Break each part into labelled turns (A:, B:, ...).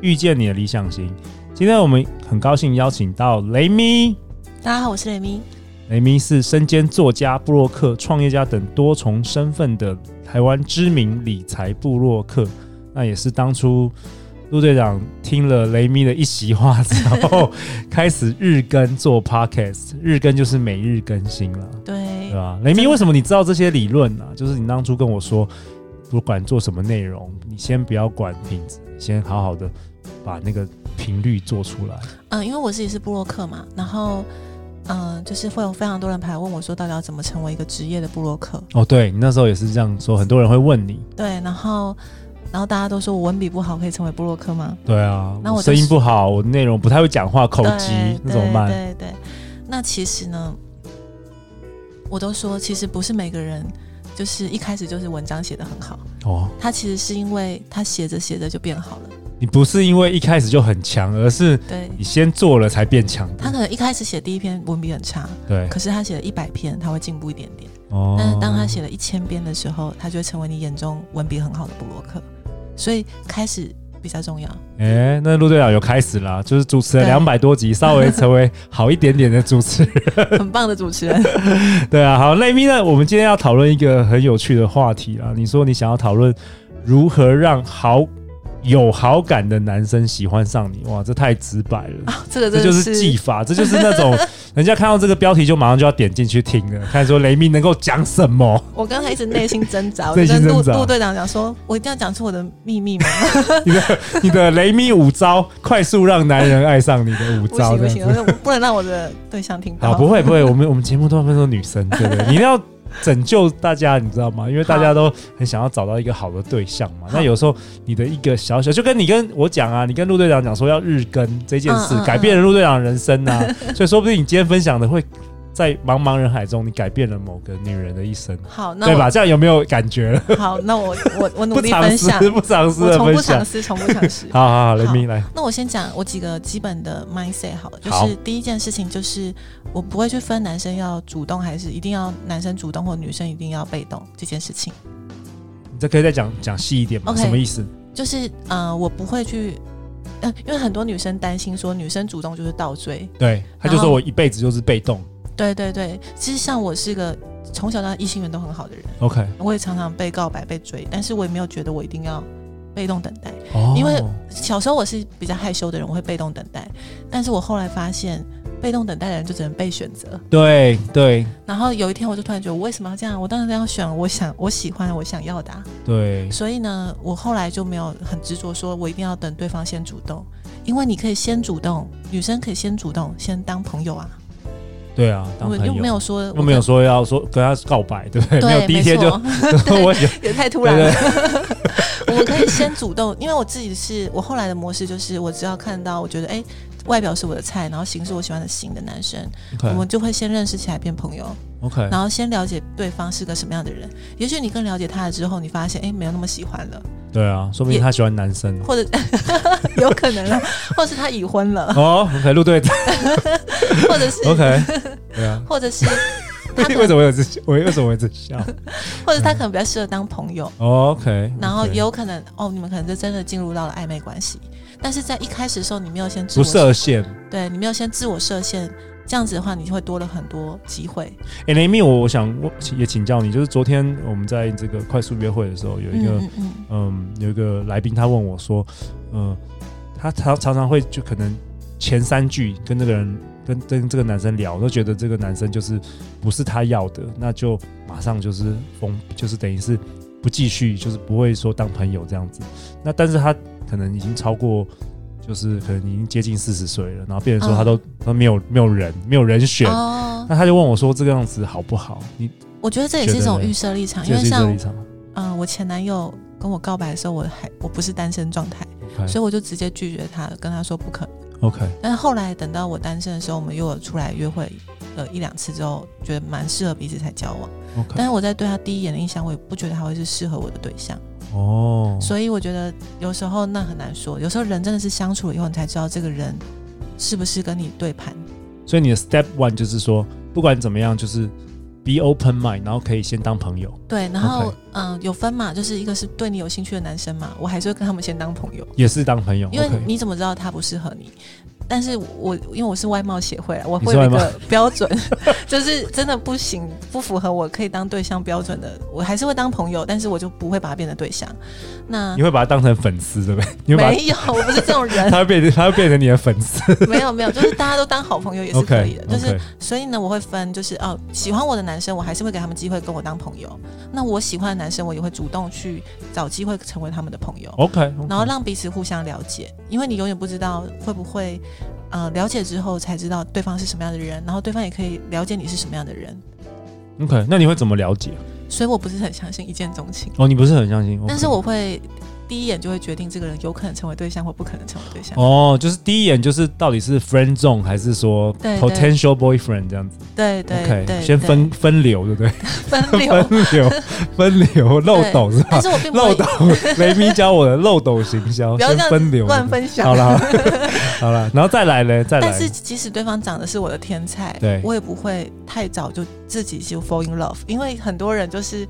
A: 遇见你的理想型。今天我们很高兴邀请到雷咪，
B: 大家好，我是雷咪。
A: 雷咪是身兼作家、布洛克、创业家等多重身份的台湾知名理财布洛克。那也是当初陆队长听了雷咪的一席话之 后，开始日更做 podcast，日更就是每日更新了。
B: 对
A: 对，吧？雷米，为什么你知道这些理论呢、就是你当初跟我说，不管做什么内容，你先不要管品质，先好好的把那个频率做出来。
B: 嗯，因为我自己是布洛克嘛，然后嗯，就是会有非常多人跑来问我说，到底要怎么成为一个职业的布洛克？
A: 哦，对你那时候也是这样说，很多人会问你。
B: 对，然后然后大家都说我文笔不好，可以成为布洛克吗？
A: 对啊，
B: 那
A: 我
B: 我就
A: 声
B: 是
A: 音不好，我内容不太会讲话，口
B: 对
A: 急，那怎么办？
B: 对对对，那其实呢，我都说，其实不是每个人就是一开始就是文章写得很好，
A: 哦，
B: 他其实是因为他写着写着就变好了。
A: 你不是因为一开始就很强，而是
B: 对
A: 你先做了才变强
B: 他
A: 的。
B: 可能一开始写第一篇文笔很差，
A: 对，
B: 可是他写了一百篇，他会进步一点点。
A: 哦
B: 但是当他写了一千遍的时候，他就会成为你眼中文笔很好的布洛克。所以开始比 较重要。
A: 哎、那陆队长有开始啦，就是主持了
B: 对
A: 两百多集，稍 微成为好一点点的主持人。
B: 很棒的主 持人，
A: 对啊，好，那咪呢？我们今天要讨论一个很有趣的话题啊。你说你想要讨论如何让好有好感的男生喜欢上你，哇，这太直白了，
B: 这个
A: 这
B: 真
A: 就
B: 的
A: 是技法，这就是那种人家看到这个标题就马上就要点进去听了，看说雷咪能够讲什么。
B: 我刚才一直内心挣扎，我
A: 内
B: 就
A: 心
B: 跟陆
A: 挣扎
B: 陆队长讲说，我一定要讲出我的秘 密嘛，
A: 你的你的雷咪五招，快速让男人爱上你的五
B: 不
A: 招，
B: 行
A: 这
B: 不
A: 样
B: 行，
A: 子。
B: 我不能让我的对象听到。
A: 好，啊不会不会，我们我们节目大部分都是女生，对 不对？你一定要拯救大家，你知道吗？因为大家都很想要找到一个好的对象嘛。
B: 好
A: 那有时候你的一个小小，就跟你跟我讲啊，你跟陆队长讲说要日更这件事，
B: 嗯嗯
A: 改变了陆队长的人生 啊。所以说不定你今天分享的会在茫茫人海中，你改变了某个女人的一生，
B: 好，那
A: 对吧？
B: 我
A: 这样有没有感觉了？
B: 好，那我我我努
A: 不
B: 力
A: 尝
B: 分
A: 试
B: 享，，
A: 不尝试
B: 我
A: 的
B: 从
A: 分
B: 不
A: 享
B: 尝。试，从不尝试。
A: 好好好，雷
B: 好
A: 明来。
B: 那我先讲我几个基本的 mindset 好了，就
A: 好
B: 是第一件事情就是我不会去分男生要主动还是一定要男生主动或女生一定要被动这件事情，
A: 你这可以再讲讲细一点吗
B: OK
A: 什么意思？
B: 就是呃我不会去，呃因为很多女生担心说女生主动就是倒追，
A: 对，他就
B: 然
A: 说
B: 后
A: 我一辈子就是被动。
B: 对对对，其实像我是个从小到异性缘都很好的人，
A: OK，
B: 我也常常被告白被追，但是我也没有觉得我一定要被动等待。
A: 哦，
B: 因为小时候我是比较害羞的人，我会被动等待，但是我后来发现被动等待的人就只能被选择。
A: 对对
B: 然后有一天我就突然觉得，我为什么要这样？我当然要选我想我喜欢我想要的、啊。
A: 对，
B: 所以呢，我后来就没有很执着，说我一定要等对方先主动，因为你可以先主动，女生可以先主动，先当朋友啊。
A: 对啊，当
B: 我
A: 朋友
B: 又没有说，
A: 又没有说要说跟他告白，对不对？
B: 我可，
A: 没有
B: 对，
A: 第一天就
B: 没错
A: 我 喜欢
B: 也太 突然了。我们可以先主动，因为我自己是我后来的模式就是，我只要看到我觉得哎、外表是我的菜，然后型是我喜欢的型的男生，我
A: OK
B: 们就会先认识起来变朋友。
A: OK，
B: 然后先了解对方是个什么样的人。也许你更了解他了之后，你发现哎，诶没有那么喜欢了，
A: 对啊，说不定
B: 也
A: 他喜欢男生
B: 或者 有可能啊了， 或者是他已婚了，
A: 哦。OK，陆哦队 长
B: 或者是
A: OK，对啊，
B: 或者是他 可
A: 为
B: 能，
A: 什么有这我为什么有这笑哦
B: 或者是他可能比较适合当朋友。
A: ？OK，
B: 然后也有可能哦，你们可能就真的进入到了暧昧关系，但是在一开始的时候，你没有先自
A: 不
B: 我
A: 设限。
B: 对你没有先自我设限，这样子的话，你会多了很多机会。
A: 哎，雷米，我我想我也请教你，就是昨天我们在这个快速约会的时候，有一个
B: 嗯嗯
A: 嗯，有一个来宾他问我说，嗯，他常常常会就可能前三句跟这个人跟跟这个男生聊，都觉得这个男生就是不是他要的，那就马上就是封，就是等于是不继续，就是不会说当朋友这样子。那但是他可能已经超过。就是可能已经接近四十岁了，然后变成说他都、他没有没有人没有人选，
B: 嗯。哦，
A: 那他就问我说这个样子好不好？你
B: 我觉得这也是一
A: 觉
B: 种
A: 得呢
B: 预设啊立场，因
A: 这
B: 为
A: 是这
B: 像
A: 立场
B: 嗯、呃我前男友跟我告白的时候，我还我不是单身状态，
A: OK
B: 所以我就直接拒绝他了，跟他说不可能。
A: OK，
B: 但是后来等到我单身的时候，我们又有出来约会，呃一两次之后，觉得蛮适合彼此才交往。
A: OK，
B: 但是我在对他第一眼的印象，我也不觉得他会是适合我的对象。
A: 哦，
B: 所以我觉得有时候那很难说，有时候人真的是相处了以后，你才知道这个人是不是跟你对盘。
A: 所以你的 Step One 就是说，不管怎么样，就是 be open mind，然后可以先当朋友。
B: 对，然后
A: OK
B: 嗯、有分嘛，就是一个是对你有兴趣的男生嘛，我还是会跟他们先当朋友，
A: 也是当朋友
B: 因为
A: OK
B: 你怎么知道他不适合你？但是我因为我是外貌协会啊，我
A: 你
B: 会
A: 是
B: 有
A: 外
B: 一
A: 貌
B: 个标准， 就是真的不行，不符合我可以当对象标准的，我还是会当朋友，但是我就不会把他变成对象。那
A: 你会把他当成粉丝，对不对？你会把
B: 没有， 我不是这种
A: 他
B: 人，
A: 他会变 成他会变成你的粉丝。
B: 没有没有，就是大家都当好朋友也是可以
A: OK
B: 的，就是
A: OK
B: 所以呢，我会分，就是哦，喜欢我的男生，我还是会给他们机会跟我当朋友。那我喜欢的男生，我也会主动去找机会成为他们的朋友，
A: OK，
B: 然后让彼此互相了解，因为你永远不知道会不会，呃，了解之后才知道对方是什么样的人，然后对方也可以了解你是什么样的人。
A: OK，那你会怎么了解？
B: 所以我不是很相信一见钟情，
A: 哦，你不是很相信，OK
B: 但是我会第一眼就会决定这个人有可能成为对象或不可能成为对象。
A: 哦，就是第一眼就是到底是 friend zone 还是说
B: 对对
A: potential boyfriend 这样子
B: 对对对
A: ？OK，
B: 对，
A: 先分分流，对不对？
B: 分流。
A: 分 流，分流漏斗是吧
B: 但？是我并不
A: 漏
B: 会
A: 斗，雷米教我的漏斗行销，
B: 不要
A: 先
B: 这样
A: 分流，
B: 乱分享。
A: 好了，好 了好了，然后再来嘞，再来。
B: 但是即使对方长得是我的天才，
A: 对
B: 我也不会太早就自己就 fall in love，因为很多人就是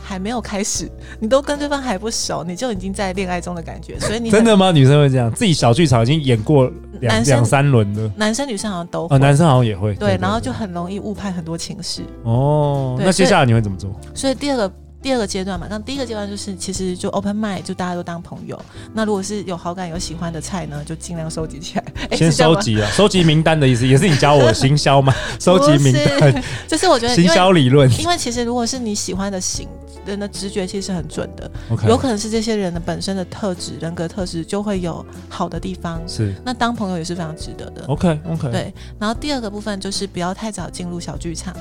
B: 还没有开始，你都跟对方还不熟，你就已经在恋爱中的感觉，所以你
A: 真的吗？女生会这样？自己小剧场已经演过两
B: 男生
A: 两三轮了，
B: 男生女生好像都会、
A: 啊，男生好像也会。
B: 对，然后就很容易误判很多情势，
A: 哦，
B: 对
A: 那接下来你会怎么做？
B: 所以第二个。第二个阶段嘛，那第一个阶段就是其实就 open mind，就大家都当朋友。那如果是有好感、有喜欢的菜呢，就尽量收集起来。 诶
A: 先
B: 是这样
A: 收
B: 吗
A: 集啊，收集名单的意思也是你教我行销 嘛，收集名单，
B: 就是我觉 得，
A: 行
B: 因为
A: 销理论。
B: 因为其实如果是你喜欢的型，人的直觉其实是很准的。
A: OK，
B: 有可能是这些人的本身的特质、人格特质就会有好的地方，
A: 是
B: 那当朋友也是非常值得的。
A: OK OK，
B: 对，然后第二个部分就是不要太早进入小剧场，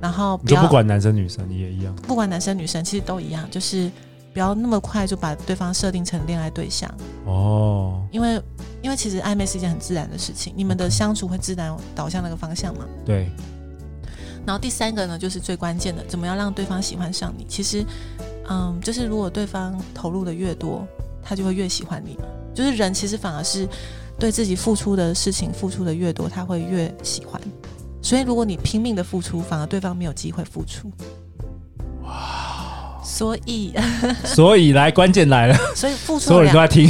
B: 然后
A: 你
B: 不
A: 就
B: 要
A: 不管男生女生，你也一样。
B: 不管男生女生，其实都一样，就是不要那么快就把对方设定成恋爱对象，
A: 哦，
B: 因为因为其实暧昧是一件很自然的事情，你们的
A: OK
B: 相处会自然导向那个方向嘛。
A: 对，
B: 然后第三个呢，就是最关键的，怎么样让对方喜欢上你？其实，嗯，就是如果对方投入的越多，他就会越喜欢你嘛。就是人其实反而是对自己付出的事情付出的越多，他会越喜欢。所以如果你拼命的付出，反而对方没有机会付出。哇！所以，
A: 所以来关键 来了，
B: 所以付出
A: 所有
B: 有
A: 人都
B: 两
A: 在听。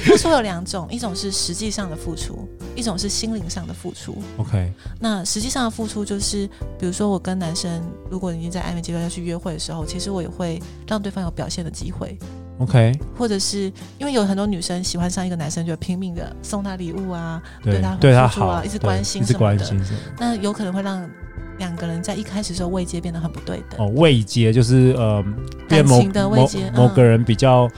B: 付出有两种，一种是实际上的付出，一种是心灵上的付出。
A: OK，
B: 那实际上的付出就是，比如说我跟男生，如果已经在暧昧阶段要去约会的时候，其实我也会让对方有表现的机会，
A: OK，
B: 或者是因为有很多女生喜欢上一个男生，就会拼命的送他礼物啊，
A: 对
B: 对他，
A: 对他
B: 付出啊
A: 好，
B: 一直
A: 对
B: 关心
A: 一直
B: 什么
A: 关
B: 的
A: 心什么的。
B: 那有可能会让两个人在一开始的时候位阶变得很不对等。
A: 哦，位阶就是呃，变
B: 感
A: 某
B: 情的位
A: 某
B: 阶
A: 某
B: 嗯
A: 个人比较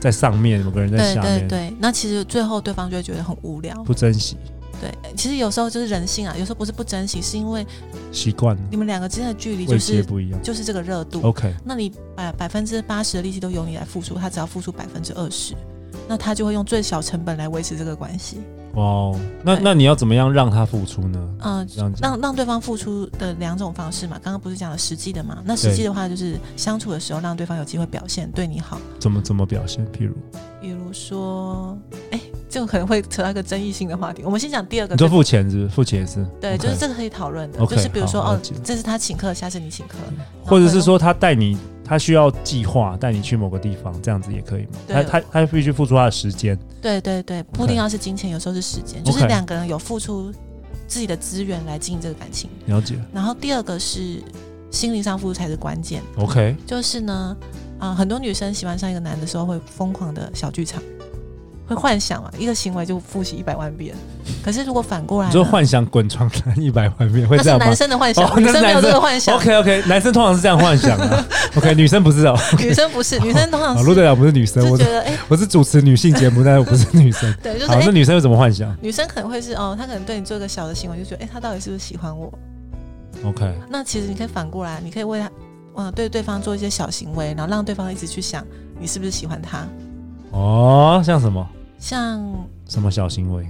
A: 在上面，某个人在
B: 对
A: 下
B: 对
A: 面，
B: 对，那其实最后对方就会觉得很无聊。
A: 不珍惜，
B: 对，其实有时候就是人性啊，有时候不是不珍惜，是因为
A: 习惯了，
B: 你们两个之间的距离
A: 位
B: 就
A: 阶
B: 是
A: 不一样。
B: 就是这个热度。
A: OK，
B: 那你百百分之八十的力气都由你来付出，他只要付出百分之二十，那他就会用最小成本来维持这个关系。
A: 哇哦，那
B: 对
A: 那你要怎么样让他付出呢？
B: 嗯、
A: 这样讲
B: 让让对方付出的两种方式嘛，刚刚不是讲了实际的嘛？那实际的话就是相处的时候让对方有机会表现对你好，
A: 怎么怎么表现？譬如
B: 比如说，哎、这个可能会扯到一个争议性的话题。我们先讲第二个
A: 你，说付钱是不是？付钱也是
B: 呃对，
A: OK
B: 就是这个可以讨论的
A: OK，
B: 就是比如说
A: 好
B: 哦
A: 了解，
B: 这是他请客，下次你请客，
A: 或者是说他带你，他需要计划带你去某个地方，这样子也可以吗？他
B: 对
A: 他他必须付出他的时间。
B: 对对对，不一定要是金钱，有时候是时间，就是
A: OK
B: 两个人有付出自己的资源来经营这个感情。
A: 了解
B: 然后第二个是心灵上付出才是关键，
A: ，OK，
B: 就是呢，啊、很多女生喜欢上一个男的时候会疯狂的小剧场，会幻想啊嘛，一个行为就复习一百万遍。可是如果反过来
A: 你
B: 呢，
A: 说幻想滚床单一百万遍会这
B: 那是
A: 样吗
B: 男生的幻想，
A: 哦
B: 女
A: 那是
B: 生没有
A: 男
B: 这
A: 生
B: 个幻想
A: ？OK OK，男生通常是这样幻想 啊。OK，女生不是哦。
B: 女生不是，女生通
A: 啊，
B: 常哦是
A: 陆队长不是女生，
B: 就
A: 我
B: 觉得哎、
A: 我是主持女性节目，但是我不是女生。
B: 对，就是
A: 好，
B: 哎。
A: 那女生又怎么幻想
B: 女生可能会是哦，她可能对你做一个小的行为，就觉得哎、他到底是不是喜欢我？
A: ？OK，
B: 那其实你可以反过来，你可以呃为他，嗯，对对方做一些小行为，然后让对方一直去想你是不是喜欢他。
A: 哦，像什么
B: 像
A: 什么小行为？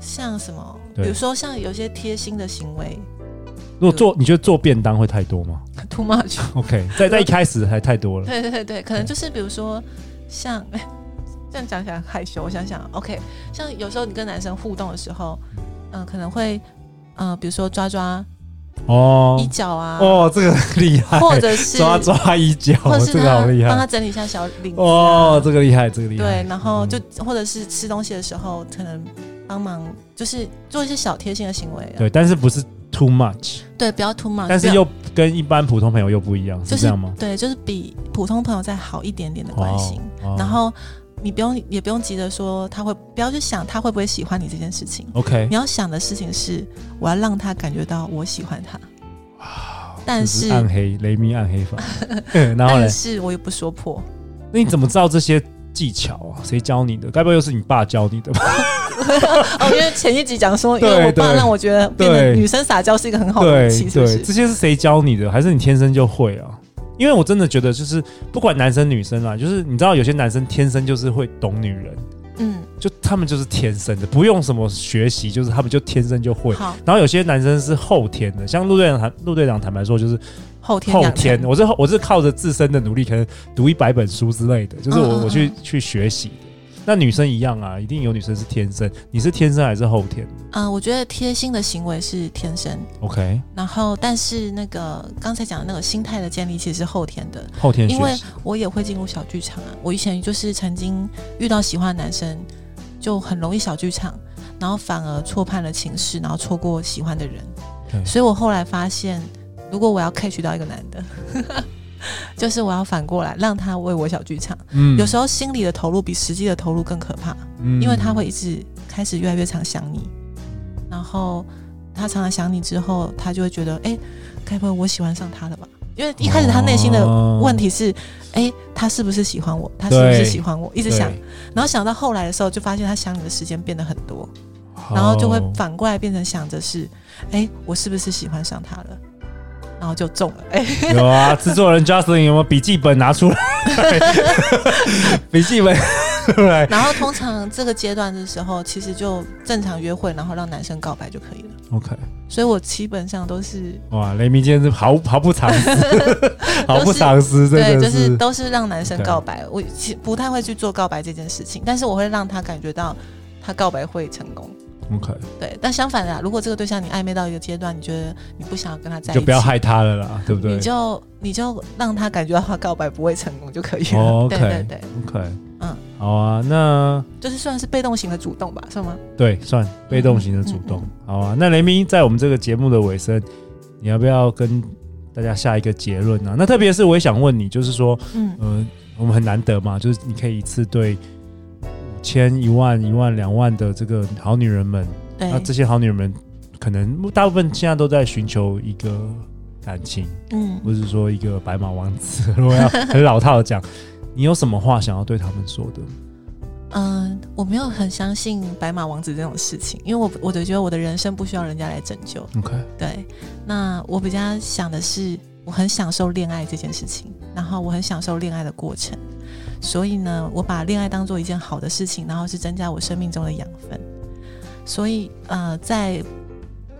B: 像什么，比
A: 对
B: 如说像有些贴心的行为
A: 如果
B: 嗯
A: 做，你觉得做便当会太多吗
B: ，too much。
A: ？OK，在在一开始还太多了。
B: 对对对对，可能就是比如说像 这样讲起来很害羞，我想想，OK，像有时候你跟男生互动的时候，嗯、可能会呃，比如说抓抓
A: 哦
B: 衣角啊，
A: 哦，这个很厉害，
B: 或者 是
A: 抓抓衣角
B: 或，者是
A: 这个好
B: 帮
A: 厉
B: 帮他
A: 害。
B: 整理一下小领子、啊，
A: 哦，这个厉害，这个厉害。嗯
B: 对，然后就、或者是吃东西的时候，可能帮忙就是做一些小贴心的行为、啊，
A: 对，但是不是 too much，
B: 对，不要 too much，
A: 但是又跟一般普通朋友又不一样，
B: 啊就是
A: 这样吗？
B: 对，就是比普通朋友再好一点点的关心。
A: 哇哦
B: 然后你不用也不用急着说他会，不要去想他会不会喜欢你这件事情。
A: OK，
B: 你要想的事情是，我要让他感觉到我喜欢他，但
A: 这
B: 是
A: 暗黑雷米暗黑法，啊 然后呢
B: 但？是我又不说破。
A: 那你怎么知道这些技巧啊？谁教你的？该不会又是你爸教你的吧？
B: 哦，因为前一集 讲说，因
A: 对
B: 为我爸
A: 对
B: 让我觉得变得
A: 对
B: 女生撒娇是一个很好的武
A: 对
B: 器，是不
A: 对，
B: 是？
A: 这些是谁教你的？还是你天生就会啊？因为我真的觉得，就是不管男生女生啊，就是你知道有些男生天生就是会懂女人，
B: 嗯，
A: 就他们就是天生的，不用什么学习，就是他们就天生就会。
B: 好，
A: 然后有些男生是后天的，像陆队长坦陆队长坦白说，就是
B: 后天
A: 后
B: 养
A: 天，
B: 成
A: 我是后我是靠着自身的努力，可能读一百本书之类的，就是
B: 嗯嗯
A: 我我去
B: 嗯
A: 去学习的。那女生一样啊，一定有女生是天生，你是天生还是后天
B: 嗯、我觉得贴心的行为是天生，
A: ？OK，
B: 然后但是那个刚才讲的那个心态的建立其实是后天的，
A: 后天
B: 因为
A: 学习。
B: 我也会进入小剧场啊。我以前就是曾经遇到喜欢的男生，就很容易小剧场，然后反而错判了情势，然后错过喜欢的人。
A: 对
B: 所以我后来发现，如果我要 catch 到一个男的， 就是我要反过来让他为我小剧场。
A: 嗯
B: 有时候心里的投入比实际的投入更可怕，
A: 嗯
B: 因为他会一直开始越来越常想你，然后他常常想你之后，他就会觉得，哎、该不会我喜欢上他了吧？因为一开始他内心的
A: 哦
B: 问题是，哎、他是不是喜欢我？他是不是
A: 对
B: 喜欢我？一直
A: 对
B: 想，然后想到后来的时候，就发现他想你的时间变得很多，然后就会
A: 好
B: 反过来变成想着是，哎、我是不是喜欢上他了？然后就中了，哎、
A: 有啊，制作人 Justin 有没有笔记本拿出来？ 笔记本出来
B: 然后通常这个阶段的时候，其实就正常约会，然后让男生告白就可以了。
A: ，OK，
B: 所以我基本上都是
A: 哇，雷明今天是毫毫不藏 私，毫不藏私，
B: 对，
A: 真
B: 就
A: 的
B: 是
A: 是
B: 都是让男生
A: OK
B: 告白。我其实不太会去做告白这件事情，但是我会让他感觉到他告白会成功。
A: OK，
B: 对，但相反的啦，啊如果这个对象你暧昧到一个阶段，你觉得你不想要跟他在一起，
A: 就不要害他了啦，对不对
B: 你就你就让他感觉到他告白不会成功就可以了。
A: 哦
B: 对
A: OK
B: 对对，
A: ？OK，
B: 嗯
A: 嗯，好啊，那
B: 就是算是被动型的主动吧，算吗？
A: 对，算被动型的主动
B: 嗯，
A: 好啊。那雷明在我们这个节目的尾声，你要不要跟大家下一个结论呢、那特别是我也想问你，就是说，
B: 嗯，
A: 呃，我们很难得嘛，就是你可以一次对五千、一万、一万、两万的这个好女人们，
B: 对
A: 那，这些好女人们可能大部分现在都在寻求一个感情，
B: 嗯
A: 或是说一个白马王子。 如果要很老套的讲，你有什么话想要对他们说的？
B: 嗯，我没有很相信白马王子这种事情，因为我我就觉得我的人生不需要人家来拯救。
A: OK，
B: 对，那我比较想的是，我很享受恋爱这件事情，然后我很享受恋爱的过程，所以呢，我把恋爱当做一件好的事情，然后是增加我生命中的养分。所以，呃，在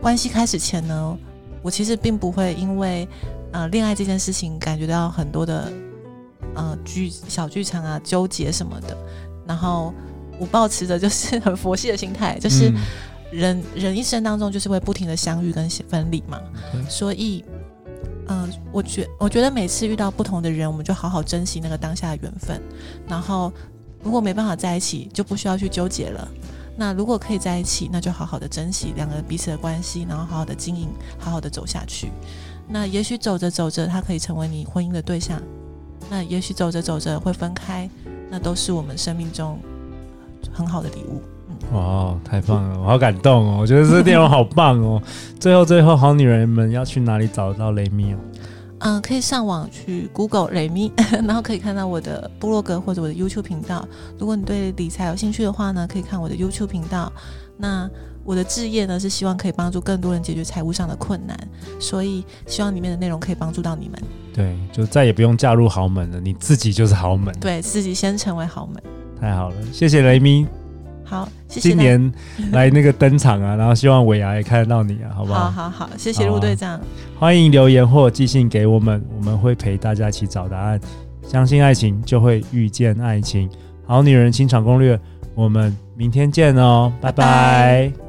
B: 关系开始前呢，我其实并不会因为呃恋爱这件事情感觉到很多的呃剧小剧场啊纠结什么的，然后我保持着就是很佛系的心态，就是。
A: 嗯
B: 人人一生当中就是会不停的相遇跟分离嘛，所以，嗯、我觉我觉得每次遇到不同的人，我们就好好珍惜那个当下的缘分，然后如果没办法在一起，就不需要去纠结了。那如果可以在一起，那就好好的珍惜两个人彼此的关系，然后好好的经营，好好的走下去。那也许走着走着，他可以成为你婚姻的对象；那也许走着走着会分开，那都是我们生命中很好的礼物。嗯。
A: 哇，太棒了，我好感动哦！我觉得这内容好棒 哦。最后，最后，好女人们要去哪里找到雷米哦？
B: 嗯，可以上网去 Google 雷米， 然后可以看到我的部落格或者我的 YouTube 频道。如果你对理财有兴趣的话呢，可以看我的 YouTube 频道。那我的置业呢，是希望可以帮助更多人解决财务上的困难，所以希望里面的内容可以帮助到你们，
A: 对，就再也不用嫁入豪门了，你自己就是豪门。
B: 对自己先成为豪门。
A: 太好了，谢谢雷咪，
B: 好，谢谢
A: 今
B: 大
A: 年来那个登场啊，然后希望尾牙也看得到你啊，好不
B: 好
A: 好？
B: 好好，谢谢
A: 好啊
B: 陆队长，
A: 欢迎留言或寄信给我们，我们会陪大家一起找答案。相信爱情，就会遇见爱情。好女人情场攻略，我们明天见哦，拜拜